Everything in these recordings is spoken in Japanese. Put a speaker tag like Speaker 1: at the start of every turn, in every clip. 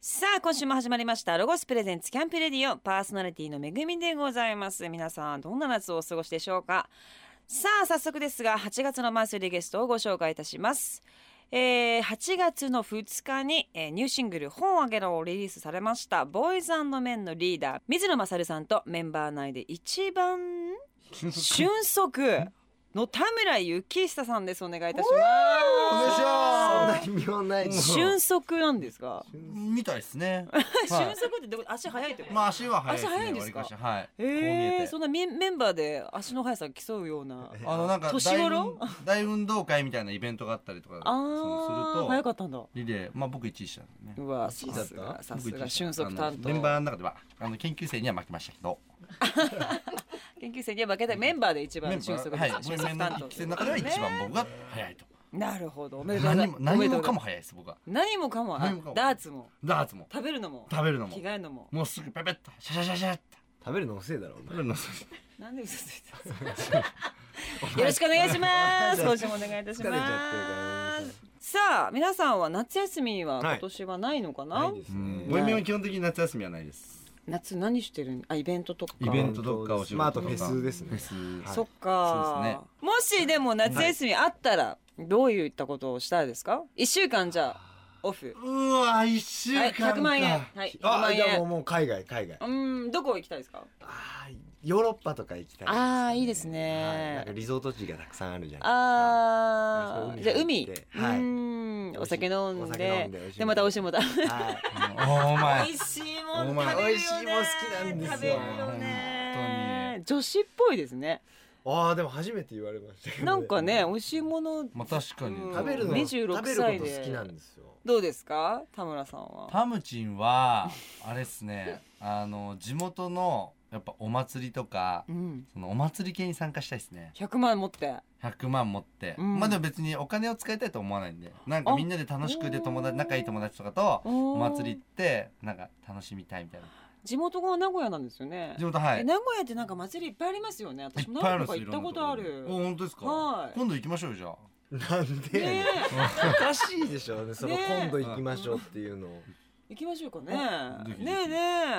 Speaker 1: さあ今週も始まりましたロゴスプレゼンツキャンプレディオパーソナリティのめぐみでございます皆さんどんな夏をお過ごしでしょうかさあ早速ですが8月のマンスリーゲストをご紹介いたします、えー8月の2日に、えーニューシングル「本をあげろ」をリリースされましたボーイズメンのリーダー水野勝さんとメンバー内で一番俊足の田村幸久さんですお願いいたし
Speaker 2: お願いし
Speaker 1: ま
Speaker 2: ますす。そんな意味はない。
Speaker 1: す俊足なんですか
Speaker 3: みたいです ね。
Speaker 1: 俊足ってどこ足速いってこと
Speaker 3: まあ足は速いですね。
Speaker 1: 足速いんですか
Speaker 3: 割しはい。こう見え
Speaker 1: えー、
Speaker 3: て
Speaker 1: そんなメンメンバーで足の速さを競うような。
Speaker 3: あのなんか
Speaker 1: 年 頃
Speaker 3: 大運大運動会みたいなイベントがあったりとか
Speaker 1: あ
Speaker 3: そのす
Speaker 1: あ、
Speaker 3: ると
Speaker 1: 速かったんだ。
Speaker 3: リレーまあ僕1位したんでね。
Speaker 1: うわ、
Speaker 2: 位だ
Speaker 1: さ
Speaker 2: っ
Speaker 1: すが、
Speaker 2: た
Speaker 1: さ
Speaker 3: 僕
Speaker 1: す
Speaker 3: 一位
Speaker 1: が
Speaker 3: でした
Speaker 1: 俊足担当。
Speaker 3: あのメンバーの中ではあの研究生には負けましたけど。
Speaker 1: 研究生には負けたメンバーで一
Speaker 3: メ
Speaker 1: 番
Speaker 3: ンバ
Speaker 1: 俊足
Speaker 3: ー
Speaker 1: で
Speaker 3: はい。
Speaker 1: す
Speaker 3: 僕
Speaker 1: 俊足
Speaker 3: のメンバ
Speaker 1: 担
Speaker 3: ー
Speaker 1: 当
Speaker 3: 一期生の中では一番僕が速いと。
Speaker 1: なるほど、おめでとうござい
Speaker 3: 何
Speaker 1: ま
Speaker 3: も
Speaker 1: す。
Speaker 3: 何
Speaker 1: おめでと
Speaker 3: も
Speaker 1: うござ
Speaker 3: か
Speaker 1: い
Speaker 3: も
Speaker 1: ます
Speaker 3: 速いです僕は。
Speaker 1: 何もかも、
Speaker 3: 何もか
Speaker 1: あ
Speaker 3: も
Speaker 1: ダーツも、
Speaker 3: ダーツも
Speaker 1: 食べるのも、
Speaker 3: 食べるのも
Speaker 1: 着替えるのも。
Speaker 3: もうすぐペペッとシャシャシャシャって。
Speaker 2: 食べるの遅いだろ。お前
Speaker 3: 食べるの
Speaker 1: なんで嘘ついたん ですかよろしくお願いします。今週もお願いいたし
Speaker 2: 疲れちゃ
Speaker 1: ま
Speaker 2: ってる
Speaker 1: す。さあ、皆さんは夏休みは今年はないのかな、
Speaker 2: ないです
Speaker 3: うん
Speaker 2: ね。
Speaker 3: ボヘミアンは基本的に夏休みはないです。
Speaker 1: 夏何してるんあ、イベントとか。
Speaker 3: イベントとかお仕事とか。
Speaker 2: まああとフェスですね
Speaker 3: フェス。
Speaker 1: そっか
Speaker 3: そうですね
Speaker 1: もしでも夏休みあったらどういったことをしたいですか、一週間じゃあオフ
Speaker 3: うわ一週
Speaker 1: はい
Speaker 3: 間か。
Speaker 1: 100万円 はい100
Speaker 2: あ
Speaker 1: 万、
Speaker 2: じゃあもう
Speaker 1: 円
Speaker 2: もう海外海外。あ
Speaker 1: うんどこ行きたいですか
Speaker 2: あーヨーロッパとか行きたいですね。
Speaker 1: あーいいですね
Speaker 2: はいなんかリゾート地がたくさんあるじゃない
Speaker 1: あ
Speaker 2: あ
Speaker 1: ー
Speaker 2: ー
Speaker 1: じゃあ海、
Speaker 2: はい
Speaker 1: うんお酒飲ん
Speaker 2: お酒
Speaker 1: で
Speaker 2: 飲んで美味しい
Speaker 1: でまた美味しいもん食べ
Speaker 2: です か。はい。
Speaker 3: お前
Speaker 1: 美味しいもん
Speaker 3: お
Speaker 1: 食べるよね
Speaker 3: 前
Speaker 2: 美味しいもん好きなんですよ
Speaker 1: 食べるよね女子っぽいですね
Speaker 2: ああでも初めて言われましたけど。
Speaker 1: なんかね。美味しいもの
Speaker 3: まあ確かに、
Speaker 1: うん
Speaker 2: 食べるの
Speaker 1: 26
Speaker 2: 食べること
Speaker 1: 歳で
Speaker 2: 好きなんですよ。
Speaker 1: どうですか田村さんは
Speaker 3: パムチンはあれですねあの地元のやっぱお祭りとか
Speaker 1: うん
Speaker 3: そのお祭り系に参加したいですね
Speaker 1: 100万持って
Speaker 3: 100万持って、
Speaker 1: うん
Speaker 3: まあでも別にお金を使いたいと思わないんでなんかみんなで楽しくで友
Speaker 1: おー
Speaker 3: 達仲いい友達とかと
Speaker 1: お
Speaker 3: お
Speaker 1: ー
Speaker 3: 祭り行ってなんか楽しみたいみたいな
Speaker 1: 地元が名古屋なんですよね
Speaker 3: 地。元は
Speaker 1: え
Speaker 3: い
Speaker 1: 名古屋ってなんか祭りいっぱいありますよね。私も何個か行ったことあ
Speaker 3: いろんな
Speaker 1: る
Speaker 3: と。ころにお本当ですか、
Speaker 1: はい
Speaker 3: 今度行きましょうよじゃあ
Speaker 2: なんでやね
Speaker 1: ね
Speaker 2: ん。おかしいでしょうね。その
Speaker 1: ね
Speaker 2: 今度行きましょうっていうのを。
Speaker 1: え、行きましょうか
Speaker 3: あぜ
Speaker 1: ね。
Speaker 3: ひ
Speaker 1: ねえね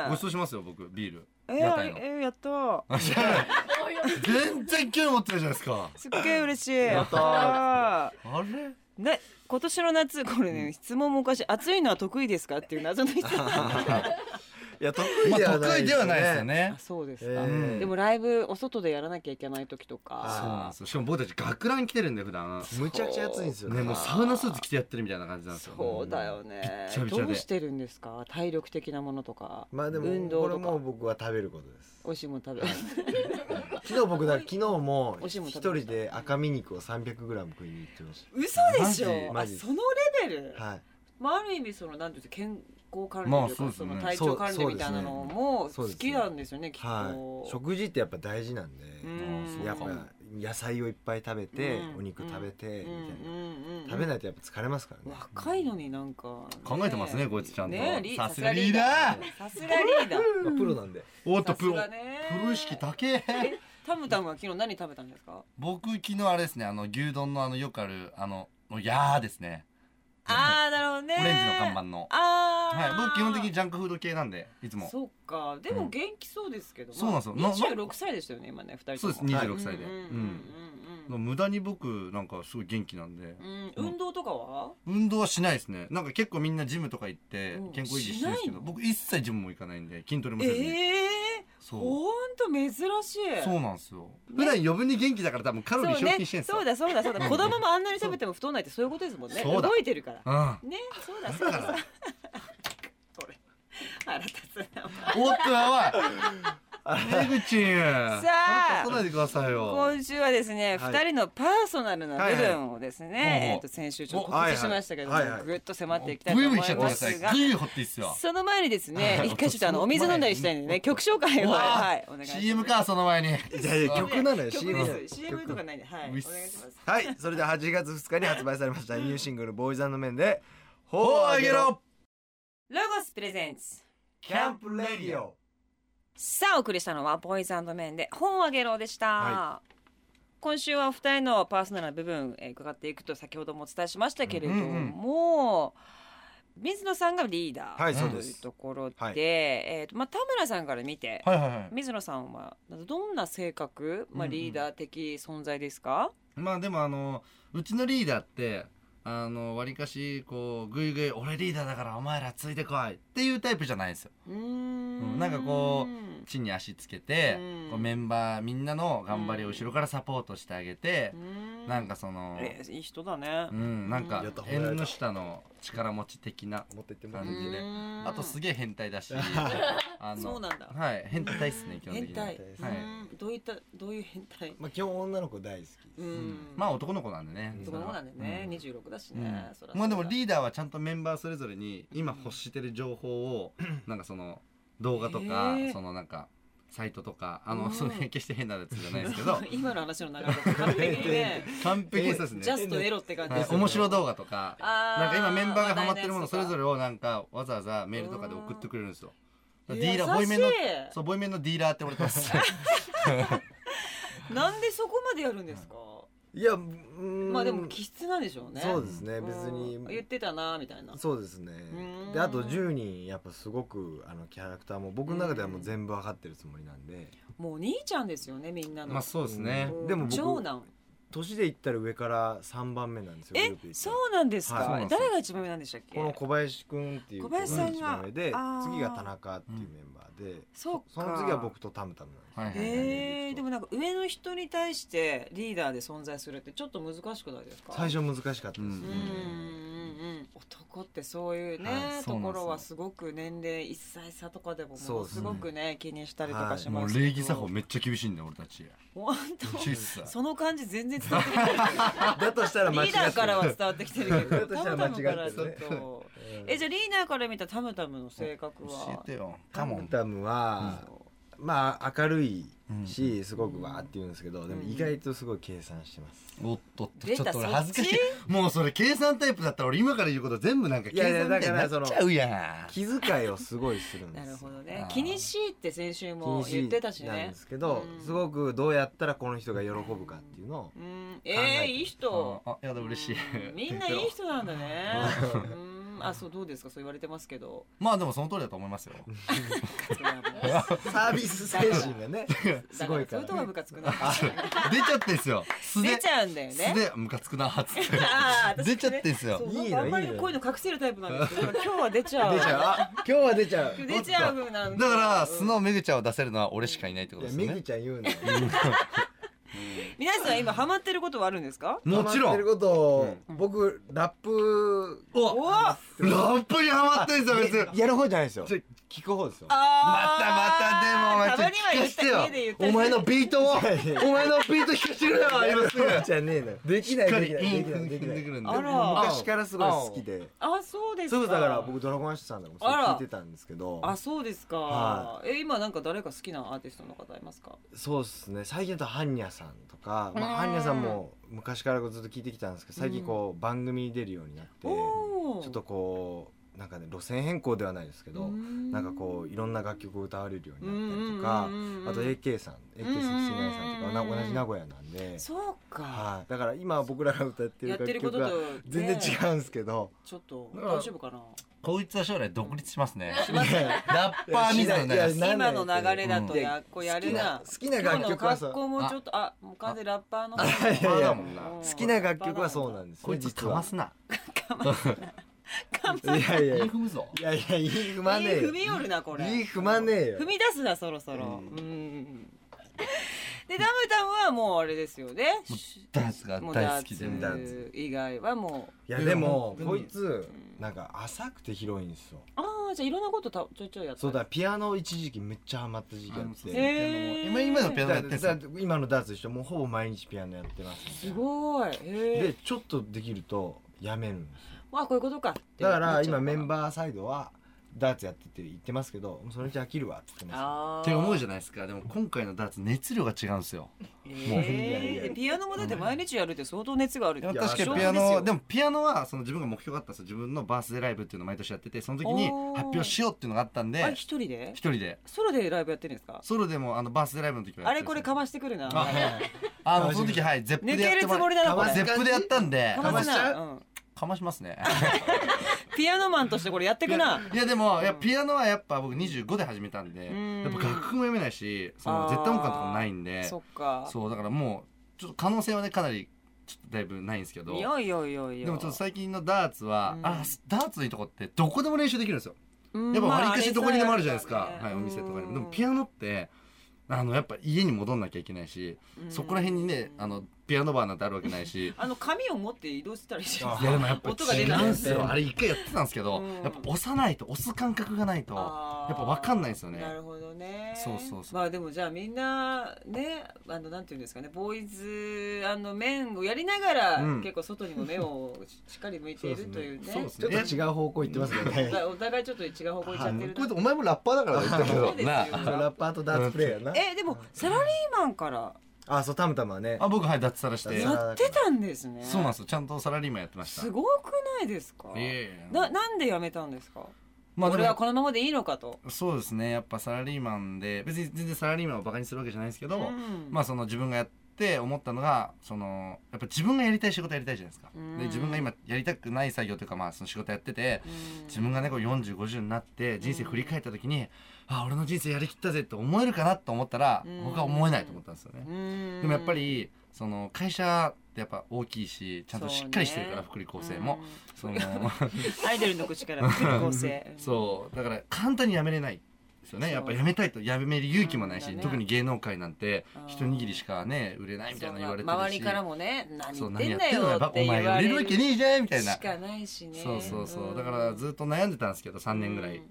Speaker 3: ごちそうしますよ僕ビール
Speaker 1: え。え
Speaker 3: 屋
Speaker 1: ー、あ
Speaker 3: 台
Speaker 1: れ
Speaker 3: の
Speaker 1: えーやった。
Speaker 3: あじゃあ全然興味持ってるじゃないですか
Speaker 1: すっげえ嬉し い。
Speaker 2: やったー
Speaker 1: あ
Speaker 3: あれ
Speaker 1: ー ね、今年の夏、これね、質問もおかしい。暑いのは得意ですかっていう謎の 質問。
Speaker 2: いや得意
Speaker 3: ま
Speaker 2: では
Speaker 3: あ
Speaker 2: ない。
Speaker 3: 得意ではないですよ。ね
Speaker 1: あそうです
Speaker 2: え
Speaker 1: か。
Speaker 2: ー
Speaker 1: でもライブ、お外でやらなきゃいけない時と
Speaker 3: そう
Speaker 2: あ
Speaker 1: か。
Speaker 3: なんですよしかも僕たち学ラン着てるんで普段
Speaker 2: むちゃくちゃ暑いんですよ
Speaker 3: ねもうサウナスーツ着てやってるみたいな感じなんですよ
Speaker 1: そうだよね
Speaker 3: びっちゃ。びちゃ
Speaker 1: ど
Speaker 3: で
Speaker 1: うしてるんですか体力的なものとか。
Speaker 2: まあでも
Speaker 1: 運動
Speaker 2: これ
Speaker 1: とか
Speaker 2: も。僕は食べることです
Speaker 1: 美味しいもん食べる。
Speaker 2: 昨日僕だ昨日も
Speaker 1: 美味しいもん
Speaker 2: 一
Speaker 1: 食べまし
Speaker 2: 人
Speaker 1: た
Speaker 2: で赤身肉を 300g 食いに行ってまし
Speaker 1: 嘘でしょあ
Speaker 2: マジ
Speaker 1: そのレベル、
Speaker 2: たはい
Speaker 1: まあ、ある意味そのなんていうの健康管理
Speaker 3: まあ
Speaker 1: というか、
Speaker 3: そうです
Speaker 1: そ
Speaker 3: ね
Speaker 1: の体調管理みたいなのも
Speaker 2: そ
Speaker 1: 好
Speaker 2: うですね
Speaker 1: きなんですよねきっと、
Speaker 2: はい食事ってやっぱ大事なんで
Speaker 1: うん
Speaker 3: そう
Speaker 2: やっぱ野菜をいっぱい食べて
Speaker 1: うん
Speaker 2: お肉食べてみ
Speaker 1: うん
Speaker 2: たいな
Speaker 1: うんうん
Speaker 2: 食べないとやっぱ疲れますからね
Speaker 1: 若いのになんか、
Speaker 3: 考えてますねこいつちゃんと
Speaker 1: ねリ
Speaker 3: さすがリーダ
Speaker 1: さすがリーダー
Speaker 2: まあプロなんで
Speaker 3: おっ
Speaker 1: さ
Speaker 3: と
Speaker 1: す
Speaker 3: プロ
Speaker 1: がね
Speaker 3: プロ意識高え
Speaker 1: えタムタムは昨日何食べたんですか
Speaker 3: 僕昨日あれですねあの牛丼のあのよくあるあのやーですね
Speaker 1: ああなるほどね
Speaker 3: オレンジの看板の
Speaker 1: ああ
Speaker 3: はい僕基本的にジャンクフード系なんでいつも
Speaker 1: そうかで
Speaker 3: う
Speaker 1: も
Speaker 3: ん
Speaker 1: 元気そうですけど、
Speaker 3: そうなんですよ
Speaker 1: まあ
Speaker 3: な
Speaker 1: 26歳でしたよね今ね二人と
Speaker 3: そう
Speaker 1: も
Speaker 3: です26歳で
Speaker 1: うんうんうんうん
Speaker 3: 無駄に僕なんかすごい元気なんで
Speaker 1: うんうん運動とかは
Speaker 3: 運動はしないですねなんか結構みんなジムとか行って
Speaker 1: うん
Speaker 3: 健康維持してるんですけ
Speaker 1: しないの
Speaker 3: ど僕一切ジムも行かないんで筋トレもせずに
Speaker 1: ええー、
Speaker 3: そう
Speaker 1: ほんと珍しい
Speaker 3: そうなんですよ。普段余分に元気だから多分カロリー消費してんすよ。
Speaker 1: そうねそうだそうだそうだ子供もあんなに食べても太んないってそういうことですもんね
Speaker 3: そうだ
Speaker 1: 動いてるから
Speaker 3: うん。
Speaker 1: ねそうだそうだそうだこれ腹立つな
Speaker 3: おっとやばい。出口。さ
Speaker 1: あ
Speaker 3: 来ないでくださいよ。
Speaker 1: 今週はですね、
Speaker 2: は
Speaker 1: 二
Speaker 2: い
Speaker 1: 人のパーソナルな部分をですね、
Speaker 3: はいはい
Speaker 1: えっと先週ちょっと
Speaker 2: お
Speaker 1: 告
Speaker 2: はいは
Speaker 1: 知
Speaker 2: い
Speaker 1: しましたけども、
Speaker 2: はいはい
Speaker 1: ぐっと迫っていきたいと
Speaker 3: ブイ
Speaker 1: 思
Speaker 3: ブ
Speaker 1: い
Speaker 3: イしちゃってく
Speaker 1: ま
Speaker 3: ださい。
Speaker 1: す
Speaker 3: グ
Speaker 1: が
Speaker 3: イグイ掘っていいっすよ。
Speaker 1: その前にですね
Speaker 3: はい
Speaker 1: 一回ちょっとあのお水飲んだりしたいんでね曲紹介を
Speaker 3: うわー
Speaker 1: はいお願いします
Speaker 3: CM かその前に。
Speaker 2: いやいや曲なのよ
Speaker 1: 曲
Speaker 2: CM
Speaker 1: です CM とかないんではいお
Speaker 3: う
Speaker 1: 願
Speaker 3: い
Speaker 1: い
Speaker 3: っ
Speaker 1: し
Speaker 3: す
Speaker 1: ます
Speaker 2: はいそれでは8月2日に発売されましたニューシングル「ボーイズメン」で「ほ
Speaker 3: おあげろ。
Speaker 1: ロゴスプレゼンツ
Speaker 2: キャンプレディオ
Speaker 1: さあお送りしたのはボーイズメンで本をあげろでした、
Speaker 2: は
Speaker 1: 今週はお二人のパーソナルな部分、えー伺っていくと先ほどもお伝えしましたけれども、
Speaker 3: うんうんうん
Speaker 1: も水野さんがリーダ
Speaker 2: は
Speaker 1: ー
Speaker 2: い
Speaker 1: と
Speaker 3: そう
Speaker 1: い
Speaker 3: で
Speaker 1: う
Speaker 2: す
Speaker 1: ところで、
Speaker 2: はい
Speaker 1: えーとまあ、田村さんから見て、
Speaker 3: はいはいはい
Speaker 1: 水野さんはどんな性格、まあ、
Speaker 3: うんうん
Speaker 1: リーダー的存在ですか、
Speaker 3: まあでもあのうちのリーダーってあのわりかしこうグイグイ俺リーダーだからお前らついてこいっていうタイプじゃないんですよ
Speaker 1: うーん
Speaker 3: うんなんかこ地に足つけて
Speaker 1: うん
Speaker 3: こうメンバーみんなの頑張りを後ろからサポートしてあげてなんかその
Speaker 1: えーいい人だね
Speaker 3: う。んなんか
Speaker 2: やった褒められた
Speaker 3: 縁の下の力持ち的な
Speaker 2: 持ってっても
Speaker 3: 感
Speaker 2: ら
Speaker 3: じ
Speaker 2: っていい
Speaker 3: で
Speaker 2: ね
Speaker 1: うん
Speaker 3: あとすげえ変態 だしあ
Speaker 1: そうなんだ。
Speaker 3: はい変態っすね基本的
Speaker 1: 変
Speaker 3: に
Speaker 1: 態。
Speaker 2: 変
Speaker 3: 態はい
Speaker 1: うんどういったどういう変態。
Speaker 2: まあ基本女の子大好きです
Speaker 1: う
Speaker 3: うんんまあ男の子なんでね
Speaker 2: うん
Speaker 1: そうなんだよね。
Speaker 3: うん
Speaker 1: 二十六だし
Speaker 3: うん
Speaker 1: ね。そらそうだ
Speaker 3: まあでもリーダーはちゃんとメンバーそれぞれに今欲してる情報をなんかその動画とか
Speaker 1: へえ
Speaker 3: そのなんかサイトとかあ
Speaker 1: う
Speaker 3: の
Speaker 1: ん
Speaker 3: その決して変なやつじゃないですけど
Speaker 1: 今の話の流れで完璧にね。
Speaker 3: 完璧にそうです
Speaker 1: ジャ
Speaker 3: ね
Speaker 1: ストエロって感じ
Speaker 3: は
Speaker 1: で
Speaker 3: い
Speaker 1: すよね。
Speaker 3: 面白動画とか
Speaker 1: あー
Speaker 3: なんか今メンバーがハマってるものそれぞ
Speaker 1: れ
Speaker 3: れをなんかわざわざメールとかで送ってくれるんですよだからディーラーボ
Speaker 1: 優
Speaker 3: イ
Speaker 1: し
Speaker 3: メンのそうボイメンのディーラーって呼ばれてます
Speaker 1: い。なんでそこまでやるんですか。
Speaker 2: いやうーん
Speaker 1: まあでも気質なんでしょうね。
Speaker 2: そうですね
Speaker 1: うん
Speaker 2: 別に
Speaker 1: 言ってたなみたいな。
Speaker 2: そうですね
Speaker 1: うん
Speaker 2: であと10人やっぱすごくあのキャラクターも僕の中ではもう全部わかってるつもりなんで
Speaker 1: もう兄ちゃんですよねみんなの。
Speaker 3: まあそうですね
Speaker 1: うん
Speaker 2: でも僕
Speaker 1: 長男。
Speaker 2: 年で言ったら上から3番目なんですよグループ
Speaker 1: え、
Speaker 2: 一
Speaker 1: そ
Speaker 2: 番
Speaker 1: うなんです
Speaker 2: はいそう
Speaker 1: か。
Speaker 3: なんですよ
Speaker 1: 誰が一番上なんでしたっけ。
Speaker 2: この小林くんっていう
Speaker 1: 小林さんが
Speaker 2: 子一番上で
Speaker 1: あー
Speaker 2: 次が田中っていうメンバーで
Speaker 1: そうか。
Speaker 2: その次は僕とタムタムなんです
Speaker 3: はいはいはい
Speaker 1: えー、でもなんか上の人に対してリーダーで存在するってちょっと難しくないですか
Speaker 2: 最初難しかったです
Speaker 3: う
Speaker 2: ね
Speaker 3: ん
Speaker 1: うんうんうん男ってそういうね、
Speaker 3: はいそう
Speaker 1: と
Speaker 3: なんですよ
Speaker 1: ころはすごく年齢一歳差とかでもも
Speaker 2: そう
Speaker 1: の
Speaker 2: です
Speaker 1: す
Speaker 2: ね
Speaker 1: ごくね気にしたりとかし
Speaker 3: も
Speaker 1: ま
Speaker 3: う
Speaker 1: す
Speaker 3: 礼儀作法
Speaker 1: め
Speaker 3: めっちゃ厳しいんだよ俺たち
Speaker 1: 本
Speaker 3: 厳しいっす
Speaker 1: 当その感じ全然伝わってきてない
Speaker 2: だとしたら 間違
Speaker 1: リー
Speaker 2: ってる
Speaker 1: ダーからは伝わってきて るけど
Speaker 2: だとしたら間違ってる
Speaker 1: タムタムからちょっと
Speaker 2: うん
Speaker 1: えじゃあリーダーから見たタムタムの性格は
Speaker 3: てよ
Speaker 2: タムタムはまあ明るいしすごくわーって言うんですけどでも
Speaker 1: うん
Speaker 2: 意外とすごい計算してます
Speaker 3: おっとっと
Speaker 1: 出
Speaker 3: ちょ
Speaker 1: た
Speaker 3: っと俺恥ずかしい
Speaker 1: そ
Speaker 3: もうそれ計算タイプだったら俺今から言うこと全部なんか
Speaker 2: い
Speaker 3: 計
Speaker 2: やいや
Speaker 3: 算みたいになっ
Speaker 2: だから
Speaker 3: ちゃうや
Speaker 2: 気遣いをすごいするんで
Speaker 1: な
Speaker 2: す
Speaker 1: る
Speaker 2: よ
Speaker 1: ほどね
Speaker 3: あー
Speaker 1: 気にしいって先週も
Speaker 2: 気
Speaker 1: 言
Speaker 2: に
Speaker 1: ってたし
Speaker 2: しなん
Speaker 1: ね
Speaker 2: ですけど
Speaker 1: うん
Speaker 2: すごくどうやったらこの人が喜ぶかっていうのを
Speaker 1: うん
Speaker 2: えて
Speaker 1: えー、いい人
Speaker 3: んあいやでも嬉しい
Speaker 1: うんみんないい人なんだねうんあそうどうですかそう言われてますけ ど
Speaker 3: まあでもその通りだと思いますよ
Speaker 1: それはもう
Speaker 2: サービス精神が ねすごい
Speaker 1: だからそ
Speaker 2: か
Speaker 1: ういうとこが
Speaker 2: らね
Speaker 1: ムカつくな
Speaker 3: 出ちゃってんすよ素で
Speaker 1: 出ちゃうんだよ
Speaker 3: 素
Speaker 1: ね
Speaker 3: でムカつくなっつっ て
Speaker 1: あー私ね
Speaker 3: 出ちゃってんすよ
Speaker 1: そう
Speaker 2: い
Speaker 1: な
Speaker 2: いの
Speaker 1: んかあんまり
Speaker 2: いいの
Speaker 1: こういうの隠せるタイプなんですけ ど今日は出ちゃう
Speaker 2: 出ちゃうあ今日は出ちゃう
Speaker 1: 今日出ちゃうなん
Speaker 3: だから素
Speaker 1: そ
Speaker 3: のめぐちゃんを出せるのは俺しかいないってこ
Speaker 2: い
Speaker 3: と
Speaker 2: や
Speaker 3: です
Speaker 2: め
Speaker 3: よ
Speaker 2: ぐ
Speaker 3: ね
Speaker 2: ちゃん言うなよ
Speaker 1: 皆さん今ハマってることはあるんですか
Speaker 3: もちろ
Speaker 2: ハマって
Speaker 3: ん
Speaker 2: る
Speaker 3: ラ
Speaker 2: ことを僕ラップ
Speaker 1: おあ
Speaker 3: ップにハマってんすよ別に
Speaker 2: やる方じゃないですよ聞く方ですよ
Speaker 1: あー
Speaker 3: またまたでもまた
Speaker 1: たまには言った家で言った
Speaker 3: お前のビートを
Speaker 2: いやいや
Speaker 3: お前のビート弾かしてくれよ今すぐ
Speaker 2: じゃねえのよできないできない
Speaker 3: し
Speaker 2: で
Speaker 3: っ
Speaker 2: き
Speaker 3: かり
Speaker 2: ないできな
Speaker 3: 踏んで
Speaker 2: い
Speaker 3: くるんで
Speaker 1: あら
Speaker 2: 昔からすごい好きで
Speaker 1: あそうです
Speaker 2: そ
Speaker 1: か
Speaker 2: うだから僕ドラゴンアッシュさんとかもそれ
Speaker 1: あら
Speaker 2: 聞いてたんですけど
Speaker 1: あそうですか、
Speaker 2: は
Speaker 1: え今なんか誰か好きなアーティストの方いますか
Speaker 2: そうですね最近だとハンニャさんとかまあ
Speaker 1: う
Speaker 2: ハ
Speaker 1: ん
Speaker 2: ンニャさんも昔からずっと聞いてきたんですけど最近こう番組に出るようになってちょ
Speaker 1: おー
Speaker 2: っとこうなんかね路線変更ではないですけど
Speaker 1: うん
Speaker 2: なんかこういろんな楽曲を歌われるようになったりとか
Speaker 1: うんうんうんうん
Speaker 2: あと AK さん AK さん杉谷さんとか
Speaker 1: うんうんうん
Speaker 2: な同じ名古屋なんで
Speaker 1: そうか、
Speaker 2: はいだから今僕らが歌ってる
Speaker 1: やって
Speaker 2: 楽
Speaker 1: るこ
Speaker 2: 曲
Speaker 1: とと
Speaker 2: が
Speaker 1: ね、
Speaker 2: 全然違うんですけど
Speaker 1: ちょっと
Speaker 3: だから
Speaker 1: 大丈夫かな
Speaker 3: こいつは将来独立しますね
Speaker 1: しますね
Speaker 3: ラッパーみたいになります
Speaker 2: いやいや
Speaker 1: 今の流れだと
Speaker 2: うん
Speaker 1: やっこやるな
Speaker 2: 好きな
Speaker 1: 今日の
Speaker 2: 楽曲はさ
Speaker 1: 格好もちょっとあもう完全にラッパーの
Speaker 2: いやいや
Speaker 3: だもんな
Speaker 2: 好きな楽曲はそうなん
Speaker 1: で
Speaker 2: です
Speaker 3: こ
Speaker 2: ね
Speaker 3: いつ
Speaker 2: 実
Speaker 3: か
Speaker 2: は
Speaker 3: ますない
Speaker 2: やいやい
Speaker 3: 踏むぞ
Speaker 2: やいやいい踏まねえ
Speaker 1: 踏
Speaker 2: よ
Speaker 1: み寄るなこれ
Speaker 2: いい踏まねえよ
Speaker 1: 踏み出すなそろそろ
Speaker 2: うん
Speaker 1: うんでダムダムはもうあれですよね
Speaker 3: ダンスが
Speaker 1: もう
Speaker 3: 大好きで
Speaker 2: もう
Speaker 3: ね
Speaker 2: ダ
Speaker 1: ダ
Speaker 2: ー
Speaker 1: ーツ以外はもう
Speaker 2: いやでも
Speaker 3: いや
Speaker 2: こいつ
Speaker 1: うん
Speaker 2: なんか浅くて広いんですよ
Speaker 1: ああじゃあいろんなことたちょいちょいやった
Speaker 2: そうだピアノ一時期めっちゃハマった時期あっ
Speaker 1: へえー
Speaker 2: て
Speaker 3: 今今のピア
Speaker 2: だから
Speaker 3: ノやってんす
Speaker 2: だ
Speaker 3: よ
Speaker 2: から今のダーツと一緒もうほぼ毎日ピアノやってます
Speaker 1: すごいへ
Speaker 2: で
Speaker 1: え
Speaker 2: ちょっとできるとやめるんですよ
Speaker 1: あこういうことか
Speaker 2: だから今メン
Speaker 1: バー
Speaker 2: バーサイドはダーツやってって言ってますけどもうそのうち飽きるわって言ってま
Speaker 1: あ
Speaker 3: っ
Speaker 1: ー
Speaker 3: て思うじゃないですかでも今回のダーツ熱量が違うんですよもう
Speaker 1: えーでピアノもだって毎日やるって相当熱があるって
Speaker 2: や
Speaker 3: 確かにピアノでもピアノはその自分が目標があったんですよ自分のバースデーライブっていうのを毎年やっててその時に
Speaker 1: おー
Speaker 3: 発表しようっていうのがあったん
Speaker 1: あ
Speaker 3: で
Speaker 1: 一人で
Speaker 3: 一人で
Speaker 1: ソロでライブやってるんですか
Speaker 3: ソロでもあのバースデーライブの時はや
Speaker 1: あ
Speaker 3: って
Speaker 1: れ
Speaker 3: るんですよ
Speaker 1: これかましてくるな
Speaker 2: す
Speaker 3: ああのその時はいゼップで
Speaker 1: 抜
Speaker 3: や
Speaker 1: け
Speaker 3: っ
Speaker 1: る
Speaker 3: て
Speaker 1: つ
Speaker 3: も
Speaker 1: もり
Speaker 3: ら
Speaker 1: だな
Speaker 2: か
Speaker 1: これ
Speaker 2: ませ
Speaker 3: ゼップでやったんで
Speaker 1: かま
Speaker 2: しち
Speaker 1: すな
Speaker 2: ゃ
Speaker 1: うん
Speaker 3: かましますね
Speaker 1: ピアノマンとしてこれやってくな。
Speaker 3: いやでも、いや
Speaker 1: うん
Speaker 3: ピアノはやっぱ僕25で始めたんで、
Speaker 1: うん
Speaker 3: やっぱ楽譜も読めないしその
Speaker 1: あー
Speaker 3: 絶対音感とかもないんで
Speaker 1: そっか。
Speaker 3: そうだからもうちょっと可能性はねかなりちょっとだいぶないんですけど
Speaker 1: いやいやいやいや。
Speaker 3: でもちょっと最近のダーツは、
Speaker 1: うん
Speaker 3: あダーツのいいとこってどこでも練習できるんですよ
Speaker 1: うん
Speaker 3: やっぱ割りかしどこにでもあるじゃないです
Speaker 1: ま
Speaker 3: か
Speaker 1: あ、あ
Speaker 3: は
Speaker 1: れ
Speaker 3: い、お
Speaker 1: さ
Speaker 3: 店とかにも
Speaker 1: うん
Speaker 3: でもピアノってあのやっぱ家に戻んなきゃいけないし、
Speaker 1: うん
Speaker 3: そこら辺にねあのピアノバーなんてあるわけないし
Speaker 1: あの紙を持って移動してたりして
Speaker 2: あ
Speaker 3: いやでもやっぱ
Speaker 1: 音が
Speaker 3: 違
Speaker 1: 出ない
Speaker 3: うんですよあれ一回やってたんですけど、
Speaker 1: うん
Speaker 3: やっぱ押さないと押す感覚がないと
Speaker 1: や
Speaker 3: やっぱ分かんないんですよね
Speaker 1: なるほどね
Speaker 3: そうそうそう
Speaker 1: まあでもじゃあみんなねあのなんていうんですかねボーイズあの面をやりながら、
Speaker 3: うん
Speaker 1: 結構外にも目をしっかり向いているというね
Speaker 3: そうです
Speaker 2: ちょっと違う方向行ってますよ
Speaker 1: お
Speaker 2: ね。
Speaker 1: 互いお互いちょっと違う方向行っちゃってる
Speaker 2: こいつお前もラッパーだから言ってるけ
Speaker 1: そ
Speaker 2: ど
Speaker 1: う。ですよ
Speaker 3: な
Speaker 2: そうラッパーとダーツプレイヤーな。
Speaker 1: えでもサラリーマンから
Speaker 2: あ、そう、たむたむはね。
Speaker 3: あ僕はい脱サラして
Speaker 2: え
Speaker 1: やってたんですね
Speaker 3: そうなんですよちゃんとサラリーマンやってました
Speaker 1: すごくないですか
Speaker 3: いやいやいや
Speaker 1: ななんで辞めたんですか
Speaker 3: まあで
Speaker 1: 俺は
Speaker 3: も
Speaker 1: このままでいいのかと、
Speaker 3: そうですねやっぱサラリーマンで別に全然サラリーマンをバカにするわけじゃないですけど、
Speaker 1: うん
Speaker 3: まあその自分がやって思ったのがそのやっぱ自分がやりたい仕事やりたいじゃないですか、
Speaker 1: うん
Speaker 3: で自分が今やりたくない作業というかまあその仕事やってて、
Speaker 1: うん
Speaker 3: 自分がねこう4050になって人生振り返った時に、あ俺の人生やりきったぜって思えるかなと思ったら、
Speaker 1: うん
Speaker 3: 僕は思えないと思ったんですよね、
Speaker 1: うん
Speaker 3: でもやっぱりその会社ってやっぱ大きいしちゃんとしっかりしてるから、
Speaker 1: そうね
Speaker 3: 福利厚生も、その
Speaker 1: アイドルの口から福利厚生
Speaker 3: そうだから簡単に辞めれないですよねやっぱ
Speaker 1: そう
Speaker 3: 辞めたいと辞める勇気もないし、
Speaker 1: そうなんだね
Speaker 3: 特に芸能界なんて
Speaker 1: うん
Speaker 3: 一握りしかね売れないみたいな言われてるし
Speaker 1: 周りからもね何
Speaker 3: そう
Speaker 1: 言って
Speaker 3: 何や
Speaker 1: ん
Speaker 3: っ
Speaker 1: だ
Speaker 3: てんの
Speaker 1: よっ
Speaker 3: お
Speaker 1: て
Speaker 3: 前
Speaker 1: 言わ
Speaker 3: 売
Speaker 1: れ
Speaker 3: れ
Speaker 1: る
Speaker 3: るわけねえじゃんみたいな
Speaker 1: しかないしね
Speaker 3: そうそうそう、
Speaker 1: ん
Speaker 3: だからずっと悩んでたんですけど3年ぐらい、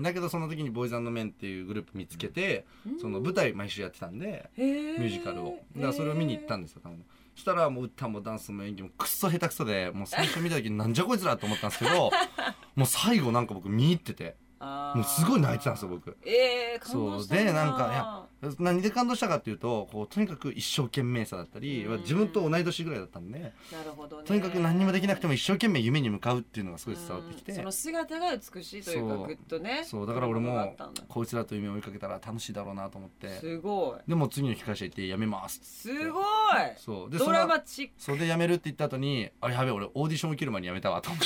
Speaker 3: だけどその時にボーイズメンっていうグループ見つけて、
Speaker 1: うん
Speaker 3: その舞台毎週やってたんで、
Speaker 1: ミュ
Speaker 3: ミュージカルをだからそれを見に行ったんですよ多分そしたらもう歌もダンスも演技もくっそ下手くそでもう最初見た時になんじゃこいつらと思ったんです けどもう最後なんか僕見入っててもうすごい泣いてたんですよ僕
Speaker 1: ええ感動した
Speaker 3: そうでなんかいや何で感動したかっていうとこうとにかく一生懸命さだったり
Speaker 1: うん
Speaker 3: 自分と同い年ぐらいだったんで
Speaker 1: なるほどね
Speaker 3: とにかく何にもできなくても
Speaker 1: いい
Speaker 3: 一生懸命夢に向かうっていうのがすごい伝わってきて
Speaker 1: その姿が美しいというか
Speaker 3: そう
Speaker 1: ぐっとね
Speaker 3: そうだから俺
Speaker 1: そういう
Speaker 3: も
Speaker 1: ことがあったんだ
Speaker 3: こいつらと夢を追いかけたら楽しいだろうなと思って
Speaker 1: すごい
Speaker 3: でもう次の機会者行って辞めます
Speaker 1: すごい
Speaker 3: そうで
Speaker 1: ド
Speaker 3: そ
Speaker 1: ラ
Speaker 3: の
Speaker 1: マチック
Speaker 3: それで辞めるって言った後にあれやべえ俺オーディション受ける前に辞めたわと思っ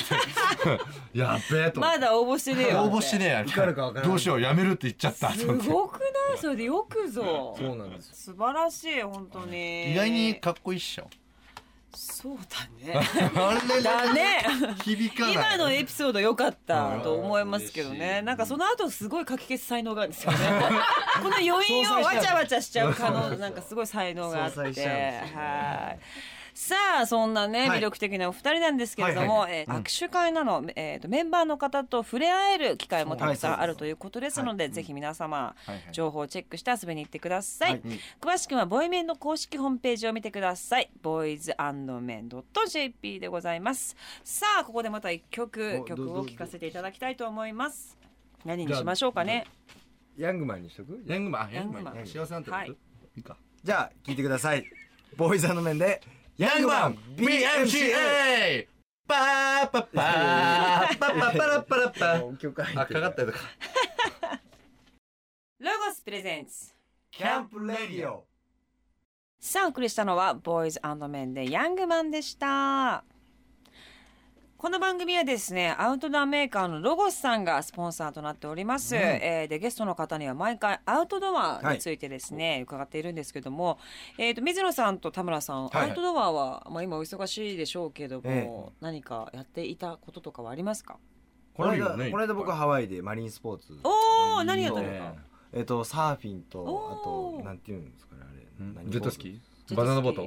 Speaker 3: てやっべえと思っ
Speaker 1: ま
Speaker 3: て
Speaker 1: だ応募してねえよ
Speaker 3: 応募してねえや
Speaker 2: 受かるかわからない
Speaker 3: どうしよう辞めるって言っちゃったと
Speaker 1: す
Speaker 3: 思って
Speaker 1: ごくないそれでよくぞ
Speaker 2: そうなんですよ。
Speaker 1: 素晴らしい本当に
Speaker 3: 意外にかっこいいっしょ
Speaker 1: そう だね
Speaker 3: あれ
Speaker 1: だね
Speaker 3: 響かない
Speaker 1: 今のエピソード良かったと思いますけど
Speaker 3: うん嬉し
Speaker 1: ね
Speaker 3: い
Speaker 1: なんかその後すごいかき消す才能があるんですよねこの余韻をわちゃわちゃしちゃう可能なんかすごい才能があって
Speaker 2: 相殺しちゃうんですよね
Speaker 1: はいさあそんなね
Speaker 2: はい
Speaker 1: 魅力的なお二人なんですけれども、
Speaker 2: はいはい
Speaker 1: えー握手会など、えーとメンバーの方と触れ合える機会もたくさんあるということですので、ぜひ皆様、
Speaker 3: はいはい
Speaker 1: 情報をチェックして遊びに行ってください、
Speaker 2: はい
Speaker 1: 詳しくはボイメンの公式ホームページを見てくださいボーイズメン .jp でございますさあここでまた一曲
Speaker 2: お
Speaker 1: 曲
Speaker 2: ど
Speaker 1: を
Speaker 2: うぞ
Speaker 1: 聴かせていただきたいと思います何にしましょうかね
Speaker 2: ヤングマンにしとく
Speaker 3: ヤングマン
Speaker 1: ヤングマン
Speaker 3: ヤン幸せなんてこと
Speaker 1: はい
Speaker 3: いいか
Speaker 2: じゃあ、聞いてください。ボーイザーの面で、ヤ
Speaker 3: ヤン
Speaker 2: ン
Speaker 3: グ
Speaker 2: グ
Speaker 3: マ
Speaker 2: マ
Speaker 3: ン
Speaker 2: ン
Speaker 3: BMCA パー パパーパパパラパラパ
Speaker 2: もう曲入
Speaker 3: あ
Speaker 2: ってる
Speaker 3: かかったりとか
Speaker 1: ロゴスプレゼンツ
Speaker 2: キャンプレディオ。
Speaker 1: さあお送りしたのはボーイズメンでヤングマンでしたこの番組はですねアウトドアメーカーのロゴスさんがスポンサーとなっております、
Speaker 2: うん
Speaker 1: えーでゲストの方には毎回アウトドアについてですね、伺っているんですけども、えー、と水野さんと田村さん、
Speaker 3: はいはい
Speaker 1: アウトドアは、まあ、今お忙しいでしょうけども、
Speaker 2: え
Speaker 1: 何かやっていたこととかはありますか
Speaker 2: この間、
Speaker 3: あるよね
Speaker 2: この間僕ハワイでマリンスポーツ。
Speaker 1: おお
Speaker 3: いいよ
Speaker 1: 何やったの
Speaker 3: ね
Speaker 1: か
Speaker 2: えっと、サーフィンと
Speaker 1: お、ー
Speaker 2: あと、なんていうんですかね、あれ。何
Speaker 3: ジェットスキ
Speaker 1: ジ
Speaker 3: ー
Speaker 1: ェットスキ
Speaker 3: バナナボート